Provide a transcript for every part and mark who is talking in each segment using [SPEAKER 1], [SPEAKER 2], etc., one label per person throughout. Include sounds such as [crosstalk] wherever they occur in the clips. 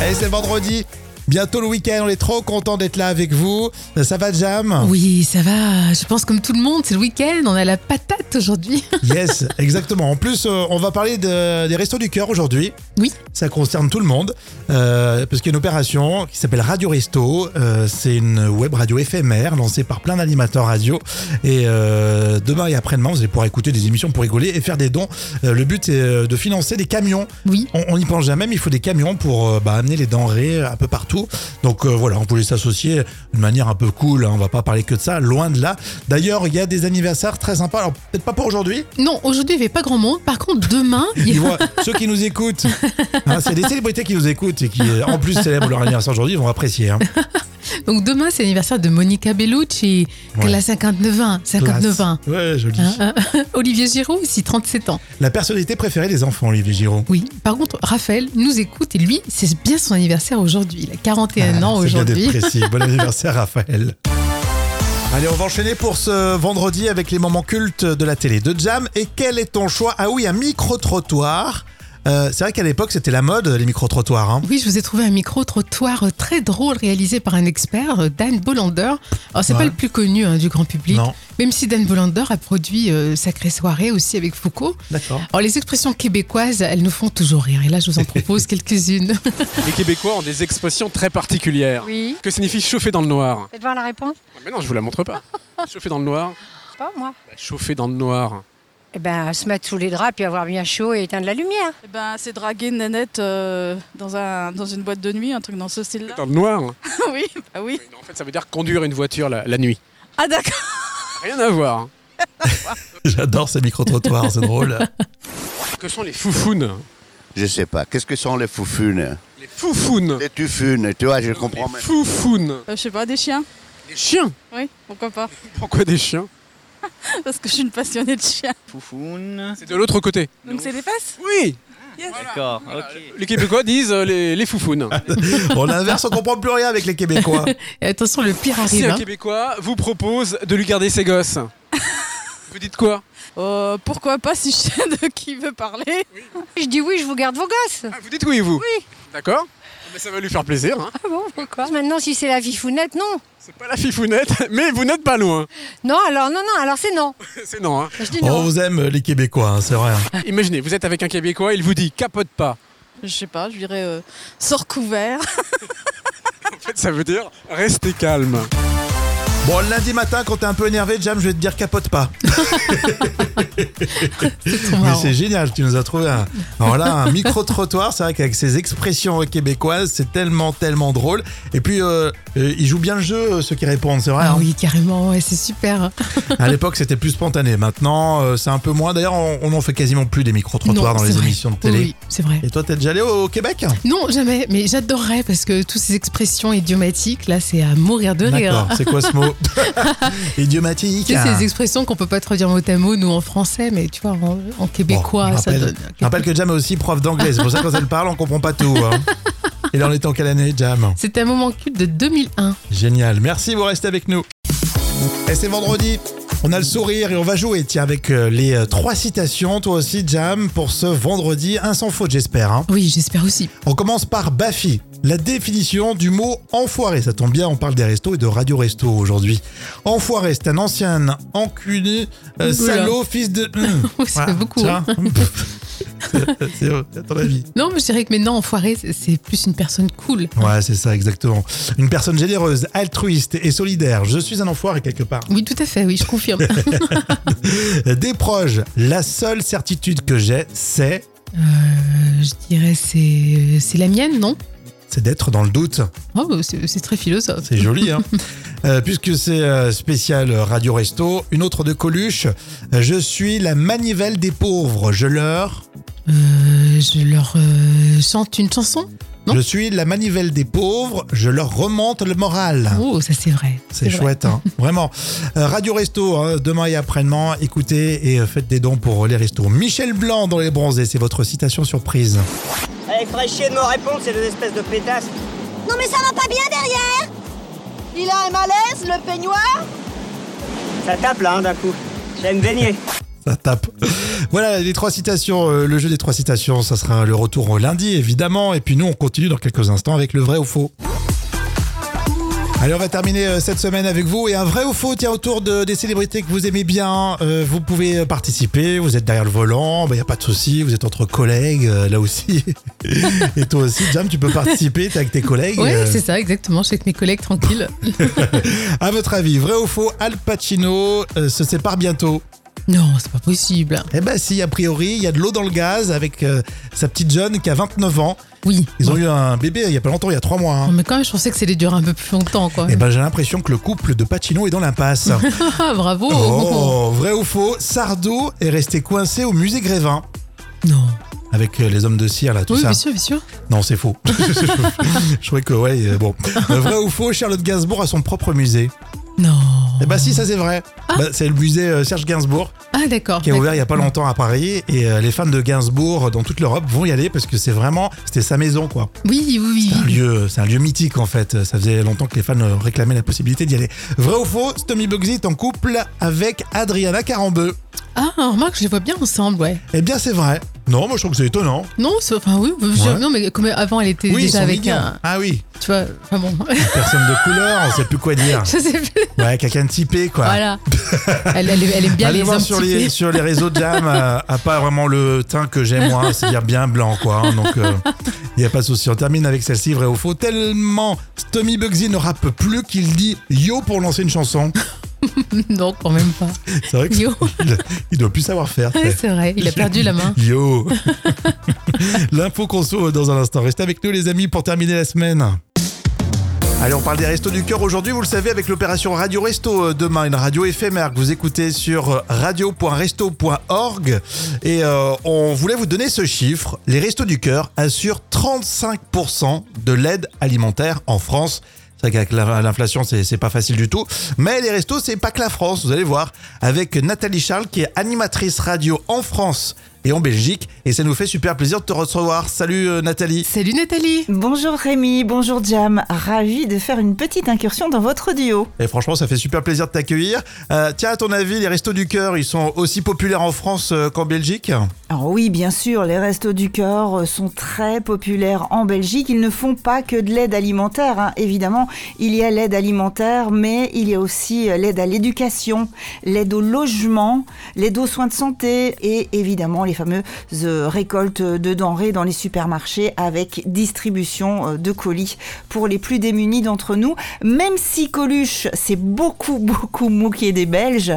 [SPEAKER 1] Allez, c'est le vendredi. Bientôt le week-end, on est trop content d'être là avec vous. Ça va, Jam
[SPEAKER 2] Oui, ça va. Je pense comme tout le monde, c'est le week-end, on a la patate aujourd'hui.
[SPEAKER 1] [laughs]
[SPEAKER 2] [laughs]
[SPEAKER 1] Yes, exactement. En plus, euh, on va parler de- des restos du cœur aujourd'hui.
[SPEAKER 2] Oui.
[SPEAKER 1] Ça concerne tout le monde, euh, parce qu'il y a une opération qui s'appelle Radio Resto. Euh, c'est une web radio éphémère lancée par plein d'animateurs radio. Et euh, demain et après-demain, vous allez pouvoir écouter des émissions pour rigoler et faire des dons. Euh, le but, c'est euh, de financer des camions
[SPEAKER 2] Oui.
[SPEAKER 1] On on n'y pense jamais, mais il faut des camions pour euh, bah, amener les denrées un peu partout. Donc euh, voilà, on pouvait s'associer d'une manière un peu cool. hein, on va pas parler que de ça, loin de là. D'ailleurs, il y a des anniversaires très sympas. Alors peut-être pas pour aujourd'hui.
[SPEAKER 2] Non, aujourd'hui, il n'y avait pas grand monde. Par contre, demain, il y
[SPEAKER 1] Ils
[SPEAKER 2] a-
[SPEAKER 1] voient ceux qui nous écoutent. Hein, c'est des célébrités qui nous écoutent et qui, euh, en plus, célèbrent leur anniversaire aujourd'hui. Ils vont apprécier. hein.
[SPEAKER 2] donc demain, c'est l'anniversaire de Monica Bellucci,
[SPEAKER 1] Ouais.
[SPEAKER 2] classe 59 ans, 59 ans.
[SPEAKER 1] Classe. Ouais, joli.
[SPEAKER 2] Hein, hein. Olivier Giraud aussi, 37 ans.
[SPEAKER 1] La personnalité préférée des enfants, Olivier Giraud.
[SPEAKER 2] Oui. Par contre, Raphaël nous écoute et lui, c'est bien son anniversaire aujourd'hui. Il a 41
[SPEAKER 1] Ah,
[SPEAKER 2] ans
[SPEAKER 1] c'est bien d'être
[SPEAKER 2] aujourd'hui.
[SPEAKER 1] précis. [laughs] Bon anniversaire, Raphaël. Allez, on va enchaîner pour ce vendredi avec les moments cultes de la télé de Jam. Et quel est ton choix Ah oui, un micro-trottoir. Euh, c'est vrai qu'à l'époque, c'était la mode, les micro-trottoirs. hein.
[SPEAKER 2] Oui, je vous ai trouvé un micro-trottoir euh, très drôle réalisé par un expert, euh, Dan Bolander. Alors, c'est
[SPEAKER 1] Ouais.
[SPEAKER 2] pas le plus connu hein, du grand public,
[SPEAKER 1] Non,
[SPEAKER 2] même si Dan Bolander a produit euh, Sacrée Soirée aussi avec Foucault.
[SPEAKER 1] d'accord.
[SPEAKER 2] Alors, Oh, les expressions québécoises, elles nous font toujours rire. Et là, je vous
[SPEAKER 1] [laughs]
[SPEAKER 2] en propose quelques-unes.
[SPEAKER 3] Les Québécois ont des expressions très particulières.
[SPEAKER 4] Oui.
[SPEAKER 3] Que signifie chauffer dans le noir
[SPEAKER 4] Faites voir la réponse
[SPEAKER 3] Ah, Mais non, je vous la montre pas. [laughs] chauffer dans le noir
[SPEAKER 4] Je sais pas, moi.
[SPEAKER 3] bah, Chauffer dans le noir.
[SPEAKER 4] Eh ben, se mettre sous les draps, puis avoir bien chaud et éteindre la lumière.
[SPEAKER 5] Eh ben, c'est draguer une nénette euh, dans, un, dans une boîte de nuit, un truc dans ce style-là.
[SPEAKER 3] Dans le noir
[SPEAKER 5] oui, bah oui.
[SPEAKER 3] Oui, non, En fait, ça veut dire conduire une voiture la, la nuit.
[SPEAKER 5] Ah d'accord.
[SPEAKER 3] Rien à voir.
[SPEAKER 1] [laughs] J'adore ces micro-trottoirs, c'est [laughs] drôle.
[SPEAKER 3] Que sont les foufounes
[SPEAKER 6] Je sais pas. Qu'est-ce que sont les foufounes
[SPEAKER 3] Les foufounes
[SPEAKER 6] Les tufunes, tu vois, je comprends
[SPEAKER 3] Les
[SPEAKER 6] même.
[SPEAKER 3] foufounes
[SPEAKER 5] Euh, je sais pas, des chiens
[SPEAKER 3] Les chiens
[SPEAKER 5] Oui, pourquoi pas [laughs]
[SPEAKER 3] Pourquoi des chiens
[SPEAKER 5] Parce que je suis une passionnée de chiens.
[SPEAKER 7] Foufoune.
[SPEAKER 3] C'est de l'autre côté.
[SPEAKER 5] Donc c'est des fesses
[SPEAKER 3] Oui
[SPEAKER 7] D'accord, ok.
[SPEAKER 3] Les Québécois [laughs] disent euh, les, les foufounes.
[SPEAKER 6] Ah,
[SPEAKER 1] on inverse, on comprend plus rien avec les [laughs] Québécois.
[SPEAKER 2] Et attention, le pire
[SPEAKER 3] Si
[SPEAKER 2] arrive.
[SPEAKER 3] un
[SPEAKER 2] hein.
[SPEAKER 3] Québécois vous propose de lui garder ses
[SPEAKER 6] [laughs]
[SPEAKER 3] gosses, vous dites quoi
[SPEAKER 5] Euh, Pourquoi pas si je sais de qui veut parler
[SPEAKER 4] Je dis oui, je vous garde vos gosses.
[SPEAKER 3] Ah, vous dites oui, vous
[SPEAKER 4] Oui.
[SPEAKER 3] D'accord Ah, Mais ça va lui faire plaisir. hein.
[SPEAKER 4] Ah bon, pourquoi Maintenant, si c'est la vie founette, non.
[SPEAKER 3] C'est pas la fifounette, [laughs] mais vous n'êtes pas loin.
[SPEAKER 4] Non, alors, non, non, alors c'est non.
[SPEAKER 3] C'est non. hein.
[SPEAKER 4] Je dis
[SPEAKER 1] On
[SPEAKER 4] non.
[SPEAKER 1] vous aime, les Québécois, hein, c'est vrai.
[SPEAKER 3] Imaginez, vous êtes avec un Québécois, il vous dit capote pas.
[SPEAKER 5] Je sais pas, je dirais euh, sors couvert.
[SPEAKER 3] En fait, ça veut dire restez calme.
[SPEAKER 1] Bon, le lundi matin, quand t'es un peu énervé, Jam, je vais te dire capote pas.
[SPEAKER 2] C'est trop
[SPEAKER 1] Mais
[SPEAKER 2] marrant.
[SPEAKER 1] c'est génial, tu nous as trouvé un, alors là, un micro-trottoir. C'est vrai qu'avec ses expressions québécoises, c'est tellement, tellement drôle. Et puis, euh, euh, ils jouent bien le jeu, euh, ceux qui répondent, c'est vrai.
[SPEAKER 2] Ah
[SPEAKER 1] hein.
[SPEAKER 2] oui, carrément, ouais, c'est super.
[SPEAKER 1] À l'époque, c'était plus spontané. Maintenant, euh, c'est un peu moins. D'ailleurs, on n'en fait quasiment plus des micro-trottoirs
[SPEAKER 2] Non,
[SPEAKER 1] dans
[SPEAKER 2] c'est
[SPEAKER 1] les
[SPEAKER 2] vrai.
[SPEAKER 1] émissions de télé.
[SPEAKER 2] Oui,
[SPEAKER 1] [laughs]
[SPEAKER 2] c'est vrai.
[SPEAKER 1] Et toi, t'es déjà allé au, au Québec
[SPEAKER 2] Non, jamais, mais j'adorerais parce que toutes ces expressions idiomatiques, là, c'est à mourir de rire.
[SPEAKER 1] D'accord,
[SPEAKER 2] [laughs]
[SPEAKER 1] c'est quoi ce mot Idiomatique.
[SPEAKER 2] Tu sais, c'est des expressions qu'on peut pas traduire mot à mot, nous, en français, mais tu vois, en, en québécois,
[SPEAKER 1] Bon, je
[SPEAKER 2] ça
[SPEAKER 1] rappelle-
[SPEAKER 2] donne.
[SPEAKER 1] Je rappelle que Jam est aussi prof d'anglais. C'est pour ça que quand elle parle, on comprend pas tout. hein. Et là, on est en quelle année, Jam
[SPEAKER 2] C'est un moment culte de 2001.
[SPEAKER 1] Génial. Merci, vous restez avec nous. Et c'est vendredi. On a le sourire et on va jouer, tiens, avec euh, les euh, trois citations. Toi aussi, Jam, pour ce vendredi. Un sans faute, j'espère. hein.
[SPEAKER 2] Oui, j'espère aussi. [laughs]
[SPEAKER 1] On commence par Bafi. La définition du mot enfoiré. Ça tombe bien, on parle des restos et de Radio Resto aujourd'hui. Enfoiré, c'est un ancien enculé, euh,
[SPEAKER 2] Oula.
[SPEAKER 1] salaud, fils
[SPEAKER 2] [laughs]
[SPEAKER 1] de. Hmm.
[SPEAKER 2] Oui, ça fait beaucoup. hein.
[SPEAKER 1] tiens. [laughs] C'est- c'est- c'est à ton avis.
[SPEAKER 2] Non, mais je dirais que maintenant, enfoiré, c'est- c'est plus une personne cool.
[SPEAKER 1] Ouais, c'est ça, exactement. Une personne généreuse, altruiste et solidaire. Je suis un enfoiré quelque part.
[SPEAKER 2] Oui, tout à fait, oui, je confirme.
[SPEAKER 1] Des proches, la seule certitude que j'ai, c'est
[SPEAKER 2] Euh, je dirais c'est c'est la mienne, non
[SPEAKER 1] c'est d'être dans le doute.
[SPEAKER 2] Oh, c'est c'est très philosophe.
[SPEAKER 1] C'est joli,
[SPEAKER 2] [laughs]
[SPEAKER 1] hein Euh, Puisque c'est euh, spécial euh, Radio Resto, une autre de Coluche. Euh, Je suis la manivelle des pauvres. Je leur.
[SPEAKER 2] Euh, je leur euh, chante une chanson Non.
[SPEAKER 1] Je suis la manivelle des pauvres. Je leur remonte le moral.
[SPEAKER 2] Oh, ça c'est vrai.
[SPEAKER 1] Ah. C'est
[SPEAKER 2] vrai.
[SPEAKER 1] chouette,
[SPEAKER 2] [laughs]
[SPEAKER 1] hein. vraiment. Euh, Radio Resto, hein, demain et après-demain, écoutez et euh, faites des dons pour les restos. Michel Blanc dans Les Bronzés, c'est votre citation surprise.
[SPEAKER 8] Allez, ferait chier de me répondre, c'est des espèces de pétasses.
[SPEAKER 9] Non mais ça va pas bien derrière Il a un malaise, le peignoir
[SPEAKER 8] Ça tape là, hein, d'un coup. J'aime baigner.
[SPEAKER 1] Ça tape. Voilà, les trois citations, euh, le jeu des trois citations, ça sera le retour lundi, évidemment. Et puis nous, on continue dans quelques instants avec le vrai ou faux. Allez, on va terminer euh, cette semaine avec vous. Et un vrai ou faux, tiens, autour de, des célébrités que vous aimez bien. Euh, vous pouvez euh, participer, vous êtes derrière le volant, il n'y a pas de souci, vous êtes entre collègues, euh, là aussi. [laughs] et toi aussi, Jam, tu peux participer, t'es avec tes collègues.
[SPEAKER 2] Oui,
[SPEAKER 1] euh,
[SPEAKER 2] c'est ça, exactement. Je suis avec mes collègues tranquilles.
[SPEAKER 1] à votre avis, vrai ou faux, Al Pacino euh, se sépare bientôt
[SPEAKER 2] Non, c'est pas possible.
[SPEAKER 1] Eh ben si, a priori, il y a de l'eau dans le gaz avec euh, sa petite jeune qui a 29 ans.
[SPEAKER 2] Oui.
[SPEAKER 1] Ils ont eu un bébé il y a pas longtemps, il y a 3 mois. hein.
[SPEAKER 2] Non, mais quand même, je pensais que ça allait durer un peu plus longtemps, quoi.
[SPEAKER 1] Eh ben j'ai l'impression que le couple de Pacino est dans
[SPEAKER 2] [laughs]
[SPEAKER 1] l'impasse.
[SPEAKER 2] Ah, bravo.
[SPEAKER 1] oh, vrai ou faux, Sardo est resté coincé au musée Grévin.
[SPEAKER 2] Non.
[SPEAKER 1] Avec euh, les hommes de cire, là, tout
[SPEAKER 2] oui,
[SPEAKER 1] ça.
[SPEAKER 2] bien sûr, bien sûr.
[SPEAKER 1] Non, c'est faux. [laughs] je trouvais que, ouais, euh, bon. Euh, Vrai ou faux, Charlotte Gainsbourg a son propre musée.
[SPEAKER 2] Non.
[SPEAKER 1] Eh ben, si, ça c'est vrai. Bah, c'est le musée euh, Serge Gainsbourg.
[SPEAKER 2] Ah, d'accord.
[SPEAKER 1] qui a ouvert il y a pas longtemps à Paris et euh, les fans de Gainsbourg dans toute l'Europe vont y aller parce que c'est vraiment c'était sa maison quoi.
[SPEAKER 2] Oui, oui, oui.
[SPEAKER 1] Un lieu, c'est un lieu mythique en fait. Ça faisait longtemps que les fans euh, réclamaient la possibilité d'y aller. Vrai ou faux, Tommy Bugsy est en couple avec Adriana Carambeu.
[SPEAKER 2] Ah, remarque, je les vois bien ensemble, ouais.
[SPEAKER 1] Eh bien c'est vrai. Non, moi je trouve que c'est étonnant.
[SPEAKER 2] Non, c'est- enfin, oui, je-
[SPEAKER 1] Ouais.
[SPEAKER 2] non, mais comme avant, elle était
[SPEAKER 1] Oui, ils
[SPEAKER 2] déjà
[SPEAKER 1] sont
[SPEAKER 2] avec
[SPEAKER 1] mignons.
[SPEAKER 2] un.
[SPEAKER 1] Ah oui,
[SPEAKER 2] Tu vois, enfin bon. [laughs]
[SPEAKER 1] personne de couleur, on sait plus quoi dire.
[SPEAKER 2] je sais plus.
[SPEAKER 1] Ouais, quelqu'un de typé quoi.
[SPEAKER 2] Voilà.
[SPEAKER 1] [laughs]
[SPEAKER 2] Elle, elle- elle aime bien
[SPEAKER 1] Allez
[SPEAKER 2] les
[SPEAKER 1] voir
[SPEAKER 2] hommes
[SPEAKER 1] sur
[SPEAKER 2] typés.
[SPEAKER 1] les, sur les réseaux de Jam, euh, a pas vraiment le teint que j'ai moi, c'est-à-dire bien blanc quoi. hein, donc il n'y a pas de souci. On termine avec celle-ci, vrai ou faux. Tellement Tommy Bugsy ne rappe plus qu'il dit yo pour lancer une chanson.
[SPEAKER 2] [laughs] Non, quand même pas.
[SPEAKER 1] C'est vrai que
[SPEAKER 2] Yo.
[SPEAKER 1] il, il doit plus savoir faire.
[SPEAKER 2] Ouais, Ah c'est vrai, il a perdu la main.
[SPEAKER 1] Yo. [laughs] L'info conso euh, dans un instant. Restez avec nous les amis pour terminer la semaine. Allez, on parle des restos du cœur aujourd'hui, vous le savez, avec l'opération Radio Resto euh, demain, une radio éphémère que vous écoutez sur euh, radio.resto.org. Et euh, on voulait vous donner ce chiffre. Les restos du cœur assurent 35% de l'aide alimentaire en France. C'est vrai qu'avec la- l'inflation, c'est c'est pas facile du tout. Mais les restos, c'est pas que la France, vous allez voir. Avec Nathalie Charles, qui est animatrice radio en France et en Belgique. Et ça nous fait super plaisir de te recevoir. Salut euh, Nathalie.
[SPEAKER 2] Salut Nathalie.
[SPEAKER 10] Bonjour Rémi, bonjour Jam, ravi de faire une petite incursion dans votre duo.
[SPEAKER 1] Et franchement, ça fait super plaisir de t'accueillir. Euh, tiens, à ton avis, les restos du cœur, ils sont aussi populaires en France euh, qu'en Belgique
[SPEAKER 10] Alors oui, bien sûr, les restos du cœur euh, sont très populaires en Belgique. Ils ne font pas que de l'aide alimentaire, hein. évidemment. Il y a l'aide alimentaire, mais il y a aussi euh, l'aide à l'éducation, l'aide au logement, l'aide aux soins de santé et évidemment les fameuses euh, récoltes de denrées dans les supermarchés avec distribution euh, de colis pour les plus démunis d'entre nous. Même si Coluche s'est beaucoup, [laughs] beaucoup moqué des Belges,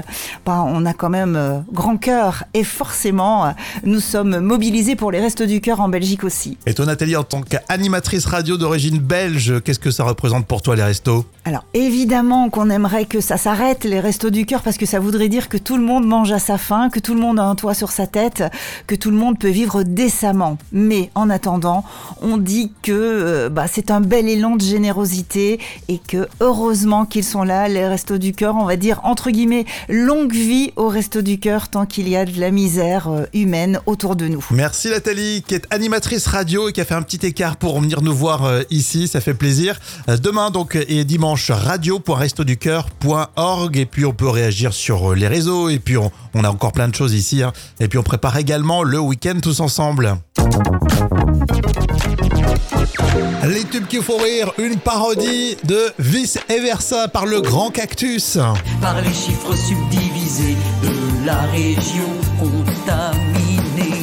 [SPEAKER 10] ben, on a quand même euh, grand cœur et forcément, euh, nous sommes mobilisés pour les restes du cœur en Belgique aussi.
[SPEAKER 1] Et toi, Nathalie, en tant qu'animatrice radio d'origine belge, qu'est-ce que ça représente pour toi, les restos
[SPEAKER 10] Alors évidemment qu'on aimerait que ça s'arrête, les restos du cœur, parce que ça voudrait dire que tout le monde mange à sa faim, que tout le monde a un toit sur sa tête, que tout le monde peut vivre décemment. Mais en attendant, on dit que euh, bah, c'est un bel élan de générosité et que heureusement qu'ils sont là, les restos du cœur, on va dire entre guillemets, longue vie aux restos du cœur tant qu'il y a de la misère euh, humaine autour de nous.
[SPEAKER 1] Merci, Nathalie, qui est animatrice radio et qui a fait un petit écart pour venir nous voir euh, ici. Ça fait plaisir. Euh, demain, donc, et dimanche, radio.restoducœur.org. Et puis, on peut réagir sur euh, les réseaux. Et puis, on, on a encore plein de choses ici. hein. Et puis, on prépare également le week-end tous ensemble. Les tubes qui font rire, une parodie de Vice et Versa par le Grand Cactus.
[SPEAKER 11] par les chiffres subdivisés de la région contaminée.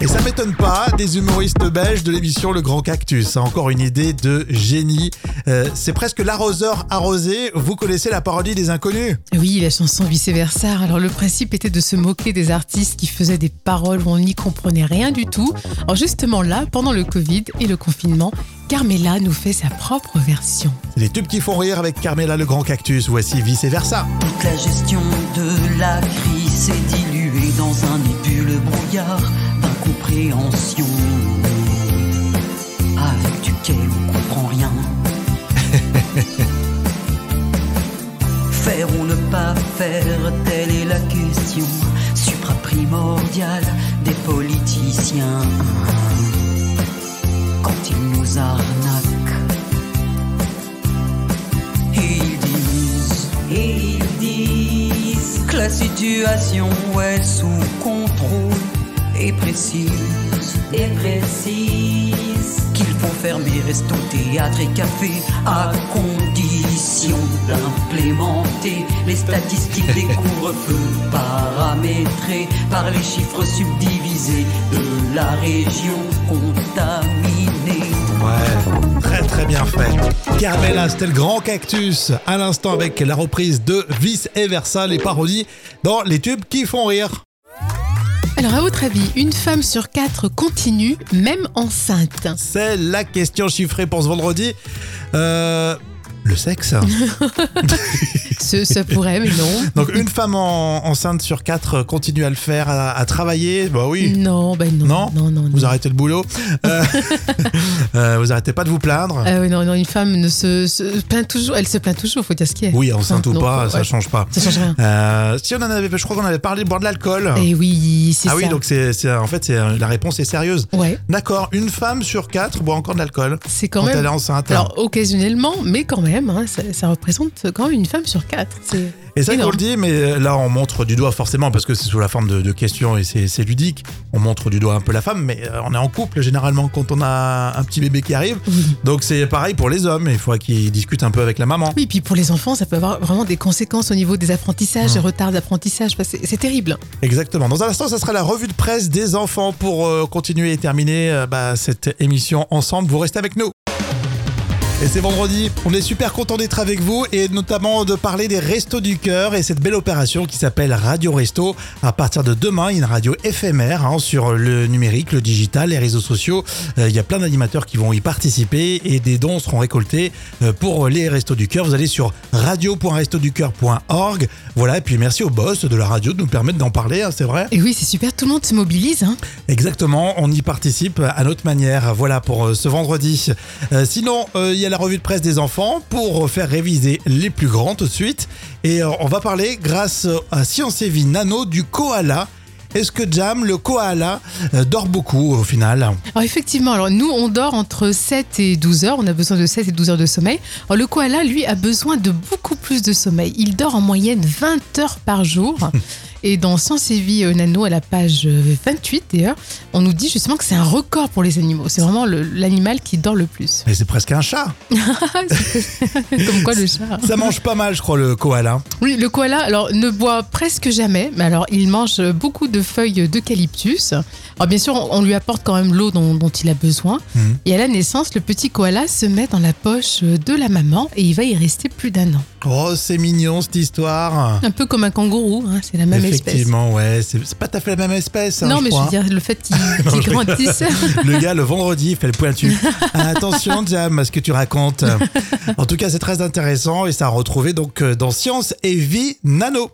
[SPEAKER 1] Et ça m'étonne pas, des humoristes belges de l'émission Le Grand Cactus. Hein, Encore une idée de génie. Euh, c'est presque l'arroseur arrosé. Vous connaissez la parodie des inconnus
[SPEAKER 2] Oui, la chanson vice versa. Alors le principe était de se moquer des artistes qui faisaient des paroles où on n'y comprenait rien du tout. Alors justement là, pendant le Covid et le confinement, Carmela nous fait sa propre version.
[SPEAKER 1] C'est les tubes qui font rire avec Carmela Le Grand Cactus. Voici vice versa.
[SPEAKER 11] Toute la gestion de la crise s'est diluée dans un épule brouillard d'incompréhension. Avec duquel on comprend rien. faire ou ne pas faire, telle est la question supraprimordiale des politiciens. Quand ils nous arnaquent. Et ils disent, et ils disent que la situation situation est sous contrôle et précise. Et précise. Qu'ils vont fermer resto, théâtre et café à condition d'implémenter les statistiques [laughs] des couvre-feux paramétrées par les chiffres subdivisés de la région contaminée.
[SPEAKER 1] Ouais, très très bien fait. Carmela, c'était le grand cactus à l'instant avec la reprise de Vice et Versa, les parodies dans les tubes qui font rire.
[SPEAKER 2] Alors, à votre avis, une femme sur quatre continue, même enceinte
[SPEAKER 1] C'est la question chiffrée pour ce vendredi. Euh, le sexe
[SPEAKER 2] Ce, ça pourrait, mais non.
[SPEAKER 1] Donc une femme en- enceinte sur quatre euh, continue à le faire, à, à travailler. Bah oui.
[SPEAKER 2] Non, ben non.
[SPEAKER 1] Non
[SPEAKER 2] non, non.
[SPEAKER 1] Vous arrêtez le boulot.
[SPEAKER 2] [laughs]
[SPEAKER 1] Euh, euh, vous arrêtez pas de vous plaindre.
[SPEAKER 2] Ah oui, non, non, une femme ne se, se plaint toujours, elle se plaint toujours, faut dire ce qui est.
[SPEAKER 1] Oui, enceinte ou
[SPEAKER 2] non,
[SPEAKER 1] pas,
[SPEAKER 2] Hein, ouais.
[SPEAKER 1] ça change pas.
[SPEAKER 2] Ça change rien.
[SPEAKER 1] Euh, si on en avait, je crois qu'on avait parlé de boire de l'alcool.
[SPEAKER 2] Et oui, c'est
[SPEAKER 1] Ah
[SPEAKER 2] ça.
[SPEAKER 1] oui, donc c'est c'est- en fait, c'est euh, la réponse est sérieuse.
[SPEAKER 2] Ouais,
[SPEAKER 1] D'accord, une femme sur quatre boit encore de l'alcool
[SPEAKER 2] c'est
[SPEAKER 1] quand,
[SPEAKER 2] quand même.
[SPEAKER 1] elle est enceinte.
[SPEAKER 2] Alors, occasionnellement, mais quand même, hein, ça, ça représente quand même une femme sur quatre. C'est
[SPEAKER 1] Et ça, on
[SPEAKER 2] énorme.
[SPEAKER 1] le dit, mais euh, là, on montre du doigt forcément, parce que c'est sous la forme de, de questions et c'est c'est ludique. On montre du doigt un peu la femme, mais euh, on est en couple généralement quand on a un petit bébé qui arrive. Donc c'est pareil pour les hommes, il faut qu'ils discutent un peu avec la maman.
[SPEAKER 2] Oui, puis pour les enfants, ça peut avoir vraiment des conséquences au niveau des apprentissages,
[SPEAKER 1] Ah.
[SPEAKER 2] des retards d'apprentissage. parce que C'est c'est terrible.
[SPEAKER 1] Exactement. Dans un instant, ça sera la revue de presse des enfants pour euh, continuer et terminer euh, bah, cette émission ensemble. Vous restez avec nous. Et c'est vendredi, on est super content d'être avec vous et notamment de parler des Restos du Cœur et cette belle opération qui s'appelle Radio Resto. À partir de demain, il y a une radio éphémère hein, sur le numérique, le digital, les réseaux sociaux. Euh, il y a plein d'animateurs qui vont y participer et des dons seront récoltés euh, pour les Restos du Cœur. Vous allez sur radio.restoducœur.org. Voilà, et puis merci au boss de la radio de nous permettre d'en parler, hein, c'est vrai.
[SPEAKER 2] Et oui, c'est super, tout le monde se mobilise. Hein.
[SPEAKER 1] Exactement, on y participe à notre manière. Voilà pour euh, ce vendredi. Euh, sinon, euh, il y a la revue de presse des enfants pour faire réviser les plus grands tout de suite. Et euh, on va parler, grâce à Science et Vie Nano, du koala. Est-ce que Jam, le koala, euh, dort beaucoup au final
[SPEAKER 2] Alors effectivement, alors nous on dort entre 7 et 12 heures, on a besoin de 7 et 12 heures de sommeil. Alors le koala lui a besoin de beaucoup plus de sommeil. Il dort en moyenne 20 heures par jour. Et dans Science et Vie euh, Nano, à la page euh, 28 d'ailleurs, on nous dit justement que c'est un record pour les animaux. C'est vraiment le- l'animal qui dort le plus.
[SPEAKER 1] Mais c'est presque un chat.
[SPEAKER 2] Comme quoi le chat.
[SPEAKER 1] Ça mange pas mal, je crois, le koala.
[SPEAKER 2] Oui, le koala, alors ne boit presque jamais, mais alors il mange beaucoup de feuilles d'eucalyptus. Alors bien sûr, on on lui apporte quand même l'eau dont, dont il a besoin.
[SPEAKER 1] Mhm.
[SPEAKER 2] Et à la naissance, le petit koala se met dans la poche de la maman et il va y rester plus d'un an.
[SPEAKER 1] Oh, c'est mignon cette histoire.
[SPEAKER 2] Un peu comme un kangourou, hein, c'est la même espèce.
[SPEAKER 1] Effectivement, ouais, c'est c'est pas tout à fait la même espèce. hein,
[SPEAKER 2] non, mais
[SPEAKER 1] crois.
[SPEAKER 2] je veux dire, le fait
[SPEAKER 1] [laughs]
[SPEAKER 2] qu'il
[SPEAKER 1] Non,
[SPEAKER 2] qu'il
[SPEAKER 1] je rigole. [laughs]
[SPEAKER 2] grandisse.
[SPEAKER 1] Le gars, le vendredi, il fait le
[SPEAKER 2] [laughs]
[SPEAKER 1] pointu. Attention, Jam, à ce que tu racontes. En tout cas, c'est très intéressant et ça a retrouvé donc euh, dans Science et Vie Nano.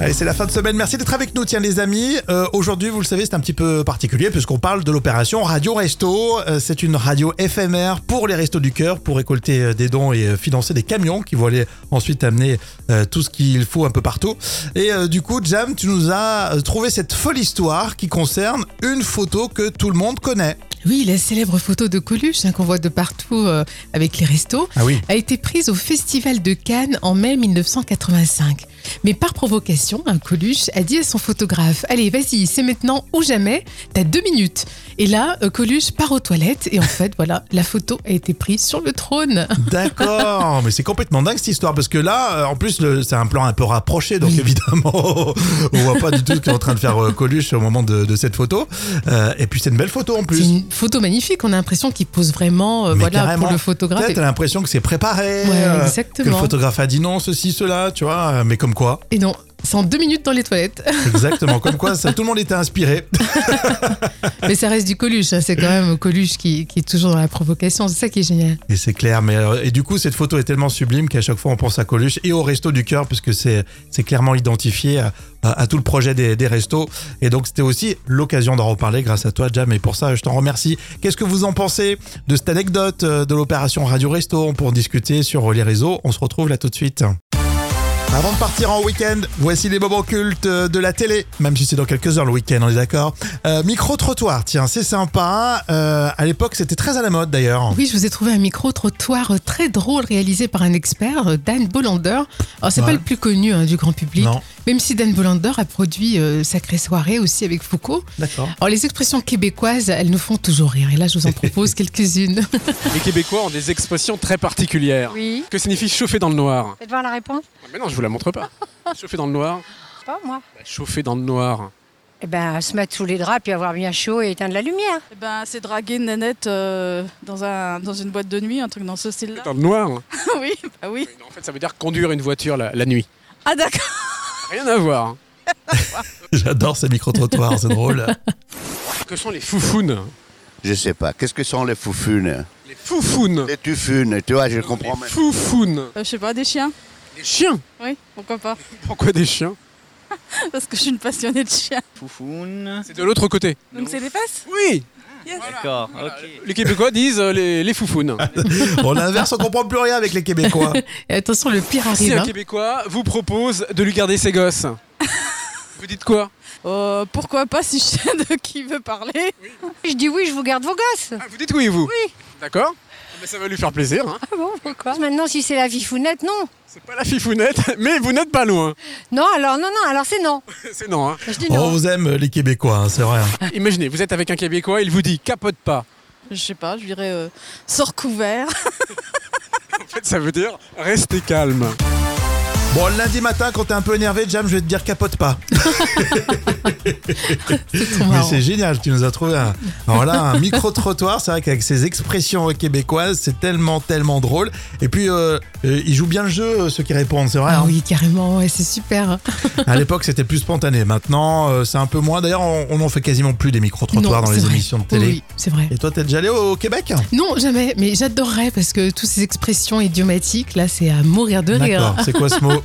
[SPEAKER 1] Allez, c'est la fin de semaine. Merci d'être avec nous, tiens les amis. Euh, Aujourd'hui, vous le savez, c'est un petit peu particulier puisqu'on parle de l'opération Radio Resto. Euh, c'est une radio éphémère pour les restos du cœur pour récolter euh, des dons et euh, financer des camions qui vont aller ensuite amener euh, tout ce qu'il faut un peu partout. Et euh, du coup, Jam, tu nous as euh, trouvé cette folle histoire qui concerne une photo que tout le monde connaît.
[SPEAKER 2] Oui, la célèbre photo de Coluche hein, qu'on voit de partout euh, avec les restos.
[SPEAKER 1] Ah oui.
[SPEAKER 2] a été prise au Festival de Cannes en mai 1985. Mais par provocation, un Coluche a dit à son photographe Allez, vas-y, c'est maintenant ou jamais, t'as deux minutes. Et là, euh, Coluche part aux toilettes et en fait, [laughs] voilà, la photo a été prise sur le trône.
[SPEAKER 1] D'accord, [laughs] mais c'est complètement dingue cette histoire parce que là, euh, en plus, le- c'est un plan un peu rapproché, donc
[SPEAKER 2] Oui.
[SPEAKER 1] évidemment, [laughs] on voit pas du tout ce qu'est en train de faire euh, Coluche au moment de, de cette photo. Euh, et puis c'est une belle photo en
[SPEAKER 2] C'est
[SPEAKER 1] plus.
[SPEAKER 2] une photo magnifique, on a l'impression qu'il pose vraiment euh,
[SPEAKER 1] Mais
[SPEAKER 2] voilà,
[SPEAKER 1] carrément.
[SPEAKER 2] pour le photographe.
[SPEAKER 1] Peut-être t'as l'impression que c'est préparé,
[SPEAKER 2] Ouais,
[SPEAKER 1] euh, que le
[SPEAKER 2] exactement.
[SPEAKER 1] photographe a dit non, ceci, cela, tu vois, euh, mais comme quoi,
[SPEAKER 2] Et non, c'est en deux minutes dans les toilettes. [laughs]
[SPEAKER 1] exactement, comme quoi, ça, tout le monde était inspiré.
[SPEAKER 2] Mais ça reste du Coluche, hein, c'est quand même Coluche qui, qui est toujours dans la provocation, c'est ça qui est génial.
[SPEAKER 1] Et c'est clair, mais euh, et du coup cette photo est tellement sublime qu'à chaque fois on pense à Coluche et au resto du cœur puisque c'est c'est clairement identifié à, à- à tout le projet des, des restos et donc c'était aussi l'occasion d'en reparler grâce à toi Jam et pour ça je t'en remercie. Qu'est-ce que vous en pensez de cette anecdote euh, de l'opération Radio Resto pour discuter sur les réseaux On se retrouve là tout de suite. Avant de partir en week-end, voici les moments cultes euh, de la télé, même si c'est dans quelques heures le week-end, on est d'accord. Euh, micro-trottoir, tiens, c'est sympa. Euh, à l'époque, c'était très à la mode d'ailleurs.
[SPEAKER 2] Oui, je vous ai trouvé un micro-trottoir euh, très drôle réalisé par un expert, euh, Dan Bolander. Alors, c'est
[SPEAKER 1] Ouais.
[SPEAKER 2] pas le plus connu hein, du grand public,
[SPEAKER 1] Non.
[SPEAKER 2] Même si Dan Bolander a produit euh, Sacrée Soirée aussi avec Foucault.
[SPEAKER 1] D'accord.
[SPEAKER 2] Alors, les expressions québécoises, elles nous font toujours rire. Et là, je vous
[SPEAKER 1] [laughs]
[SPEAKER 2] en propose quelques-unes.
[SPEAKER 3] Les Québécois ont des expressions très particulières.
[SPEAKER 4] Oui.
[SPEAKER 3] Que signifie chauffer dans le noir
[SPEAKER 4] Faites voir la réponse
[SPEAKER 3] Ah, Mais non, je vous la montre pas. chauffer dans le noir
[SPEAKER 4] Je sais Pas moi.
[SPEAKER 3] bah, Chauffer dans le noir.
[SPEAKER 4] Eh ben, se mettre sous les draps, puis avoir bien chaud et éteindre la lumière.
[SPEAKER 5] Eh ben, c'est draguer une nanette euh, dans, un, dans une boîte de nuit, un truc dans ce style-là.
[SPEAKER 3] Dans le noir
[SPEAKER 5] [laughs] oui, bah oui.
[SPEAKER 3] En fait, ça veut dire conduire une voiture la, la nuit.
[SPEAKER 5] Ah d'accord.
[SPEAKER 3] Rien à voir.
[SPEAKER 1] [laughs] J'adore ces micro-trottoirs, c'est
[SPEAKER 2] [laughs]
[SPEAKER 1] drôle.
[SPEAKER 3] Que sont les foufounes
[SPEAKER 6] Je sais pas. Qu'est-ce que sont les foufounes
[SPEAKER 3] Les foufounes
[SPEAKER 6] Les tufunes, tu vois, je comprends
[SPEAKER 3] Les
[SPEAKER 6] même.
[SPEAKER 3] foufounes
[SPEAKER 5] Euh, je sais pas, des chiens.
[SPEAKER 3] Les chiens
[SPEAKER 5] Oui, pourquoi pas
[SPEAKER 3] Pourquoi des chiens
[SPEAKER 5] Parce que je suis une passionnée de chiens.
[SPEAKER 7] Foufoune.
[SPEAKER 3] C'est de l'autre côté.
[SPEAKER 5] Donc c'est les fesses
[SPEAKER 3] Oui
[SPEAKER 7] D'accord, ok.
[SPEAKER 3] Les Québécois disent euh, les, les foufounes.
[SPEAKER 1] On inverse, on comprend plus rien avec les
[SPEAKER 2] [laughs]
[SPEAKER 1] Québécois.
[SPEAKER 2] Et attention, le pire
[SPEAKER 3] Si
[SPEAKER 2] arrive.
[SPEAKER 3] un
[SPEAKER 2] hein.
[SPEAKER 3] Québécois vous propose de lui garder ses gosses, vous dites quoi
[SPEAKER 5] Euh, pourquoi pas si je sais de qui veut parler
[SPEAKER 4] Je dis oui, je vous garde vos gosses.
[SPEAKER 3] Ah, Vous dites oui, vous Oui. D'accord Ah, Mais ça va lui faire plaisir. hein.
[SPEAKER 4] Ah bon, pourquoi Maintenant, si c'est la vie founette, non.
[SPEAKER 3] C'est pas la fifounette, [laughs] mais vous n'êtes pas loin.
[SPEAKER 4] Non, alors, non, non, alors c'est non.
[SPEAKER 3] C'est non. hein.
[SPEAKER 4] Je dis
[SPEAKER 1] On
[SPEAKER 4] non.
[SPEAKER 1] vous aime, les Québécois, hein, c'est vrai.
[SPEAKER 2] [laughs]
[SPEAKER 3] Imaginez, vous êtes avec un Québécois, il vous dit capote pas.
[SPEAKER 5] Je sais pas, je dirais euh, sors couvert.
[SPEAKER 3] En fait, ça veut dire restez calme.
[SPEAKER 1] Bon, lundi matin, quand t'es un peu énervé, Jam, je vais te dire capote pas.
[SPEAKER 2] hein, C'est trop
[SPEAKER 1] Mais
[SPEAKER 2] marrant.
[SPEAKER 1] c'est génial, tu nous as trouvé un, alors là, un micro-trottoir. C'est vrai qu'avec ces expressions québécoises, c'est tellement, tellement drôle. Et puis, euh, euh, ils jouent bien le jeu, euh, ceux qui répondent, c'est vrai.
[SPEAKER 2] Ah
[SPEAKER 1] hein.
[SPEAKER 2] oui, carrément, ouais, c'est super.
[SPEAKER 1] À l'époque, c'était plus spontané. Maintenant, euh, c'est un peu moins. D'ailleurs, on on en fait quasiment plus des micro-trottoirs dans
[SPEAKER 2] Non,
[SPEAKER 1] les
[SPEAKER 2] c'est vrai.
[SPEAKER 1] émissions de
[SPEAKER 2] Oui,
[SPEAKER 1] télé.
[SPEAKER 2] oui, c'est vrai.
[SPEAKER 1] Et toi, t'es déjà allé au, au Québec
[SPEAKER 2] Non, jamais, mais j'adorerais parce que toutes ces expressions idiomatiques, là, c'est à mourir de rire.
[SPEAKER 1] D'accord, c'est quoi ce
[SPEAKER 2] [laughs]
[SPEAKER 1] mot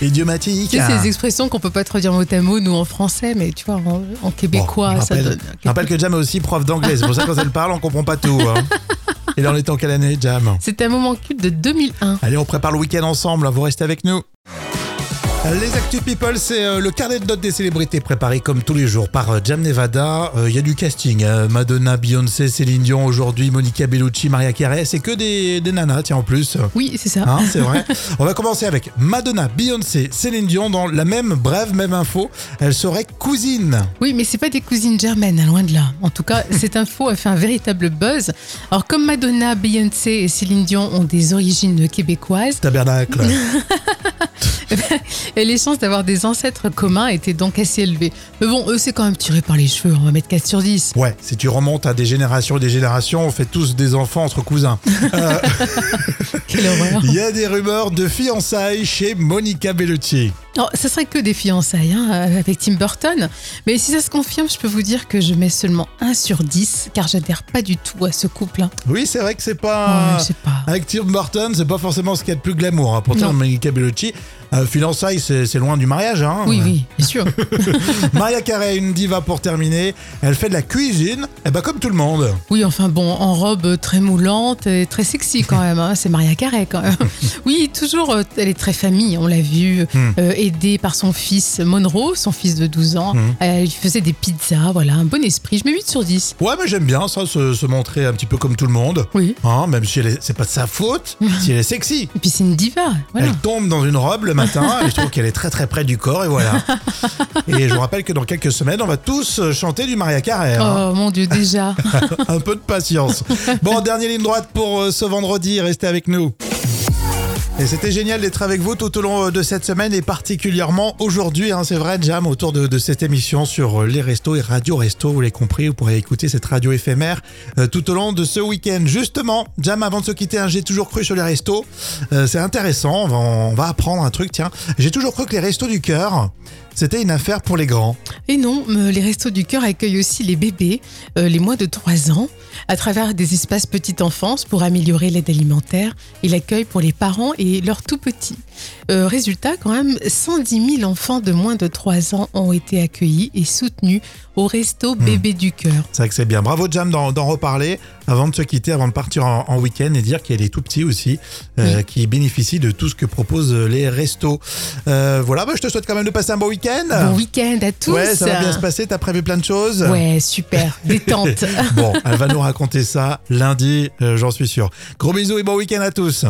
[SPEAKER 1] Idiomatique. hein.
[SPEAKER 2] Tu sais, c'est des expressions qu'on peut pas traduire mot à mot, nous, en français, mais tu vois, en, en
[SPEAKER 1] Bon,
[SPEAKER 2] québécois,
[SPEAKER 1] je
[SPEAKER 2] ça
[SPEAKER 1] rappelle-
[SPEAKER 2] donne.
[SPEAKER 1] Je rappelle que Jam est aussi prof d'anglais. C'est pour ça que quand elle parle, on comprend pas tout. hein. Et là, on est en quelle année, Jam
[SPEAKER 2] C'est un moment culte de 2001.
[SPEAKER 1] Allez, on prépare le week-end ensemble. hein, Vous restez avec nous. Les Actu People, c'est euh, le carnet de notes des célébrités préparé comme tous les jours par euh, Jam Nevada. Euh, Il y a du casting. hein. Madonna, Beyoncé, Céline Dion aujourd'hui, Monica Bellucci, Maria Carey. C'est que des, des nanas, tiens, en plus.
[SPEAKER 2] Oui, c'est ça.
[SPEAKER 1] Hein, c'est vrai. On va commencer avec Madonna, Beyoncé, Céline Dion dans la même brève, même info. Elle serait cousine.
[SPEAKER 2] Oui, mais c'est pas des cousines germaines, hein, loin de là. En tout cas,
[SPEAKER 1] [laughs]
[SPEAKER 2] cette info a fait un véritable buzz. Alors, comme Madonna, Beyoncé et Céline Dion ont des origines québécoises, [laughs]
[SPEAKER 1] Tabernacle.
[SPEAKER 2] et les chances d'avoir des ancêtres communs étaient donc assez élevées. Mais bon, eux, c'est quand même tiré par les cheveux, on va mettre 4 sur 10.
[SPEAKER 1] Ouais, si tu remontes à des générations et des générations, on fait tous des enfants entre
[SPEAKER 2] [laughs]
[SPEAKER 1] cousins. Euh,
[SPEAKER 2] Quelle horreur.
[SPEAKER 1] Il y a des rumeurs de fiançailles chez Monica Bellucci.
[SPEAKER 2] Non, ça Oh, serait que des fiançailles hein, avec Tim Burton. Mais si ça se confirme, je peux vous dire que je mets seulement 1 sur 10, car j'adhère pas du tout à ce couple. hein.
[SPEAKER 1] Oui, c'est vrai que c'est pas.
[SPEAKER 2] Ouais, je sais pas.
[SPEAKER 1] Avec Tim Burton, c'est pas forcément ce qu'il y a de plus glamour. hein. Pourtant,
[SPEAKER 2] Non.
[SPEAKER 1] Monica Bellucci, euh, fiançailles, c'est c'est loin du mariage. Hein.
[SPEAKER 2] Oui, oui, bien sûr.
[SPEAKER 1] [laughs] Maria Carey, une diva pour terminer. Elle fait de la cuisine, et ben comme tout le monde.
[SPEAKER 2] Oui, enfin bon, en robe euh, très moulante et très sexy quand même. hein. C'est Maria Carey
[SPEAKER 1] [laughs]
[SPEAKER 2] quand même. Oui, toujours, euh, elle est très famille, on l'a vu,
[SPEAKER 1] Hmm.
[SPEAKER 2] euh, aidée par son fils Monroe, son fils de 12 ans. Euh,
[SPEAKER 1] Hmm.
[SPEAKER 2] Elle lui faisait des pizzas, voilà, un bon esprit. Je mets 8 sur 10.
[SPEAKER 1] Ouais, mais j'aime bien ça, se, se montrer un petit peu comme tout le monde.
[SPEAKER 2] Oui.
[SPEAKER 1] Hein, même si elle est- c'est pas de sa
[SPEAKER 2] [laughs]
[SPEAKER 1] faute, si elle est sexy.
[SPEAKER 2] Et puis c'est une diva, voilà.
[SPEAKER 1] Elle tombe dans une robe le matin et je trouve qu'elle est très très près du corps et
[SPEAKER 2] [laughs]
[SPEAKER 1] voilà. et je vous rappelle que dans quelques semaines, on va tous euh, chanter du Maria Carré. hein.
[SPEAKER 2] Oh mon dieu, déjà.
[SPEAKER 1] Un peu de patience. Bon, dernière ligne droite pour euh, ce vendredi, restez avec nous. Et c'était génial d'être avec vous tout au long euh, de cette semaine et particulièrement aujourd'hui, hein, c'est vrai, Jam, autour de, de cette émission sur euh, les restos et Radio Resto, vous l'avez compris, vous pourrez écouter cette radio éphémère euh, tout au long de ce week-end. Justement, Jam, avant de se quitter, hein, j'ai toujours cru sur les restos, Euh, c'est intéressant, on va, on va apprendre un truc, tiens. J'ai toujours cru que les restos du cœur, c'était une affaire pour les grands.
[SPEAKER 2] Et non, euh, les Restos du Cœur accueillent aussi les bébés, euh, les moins de 3 ans, à travers des espaces petite enfance pour améliorer l'aide alimentaire et l'accueil pour les parents et leurs tout petits. Euh, résultat, quand même, 110 000 enfants de moins de 3 ans ont été accueillis et soutenus au Resto
[SPEAKER 1] Hmm.
[SPEAKER 2] Bébé du Cœur.
[SPEAKER 1] C'est vrai que c'est bien. Bravo Jam d'en d'en reparler avant de se quitter, avant de partir en, en week-end et dire qu'il y a des tout petits aussi euh, qui bénéficient de tout ce que proposent euh, les restos. Euh, voilà, bah, je te souhaite quand même de passer un bon week-end.
[SPEAKER 2] Bon week-end à tous
[SPEAKER 1] Ah. ouais, ça va bien se passer. T'as prévu plein de choses.
[SPEAKER 2] Ouais, super, détente
[SPEAKER 1] [laughs] Bon, elle va nous raconter ça lundi, euh, j'en suis sûr. Gros bisous et bon week-end à tous.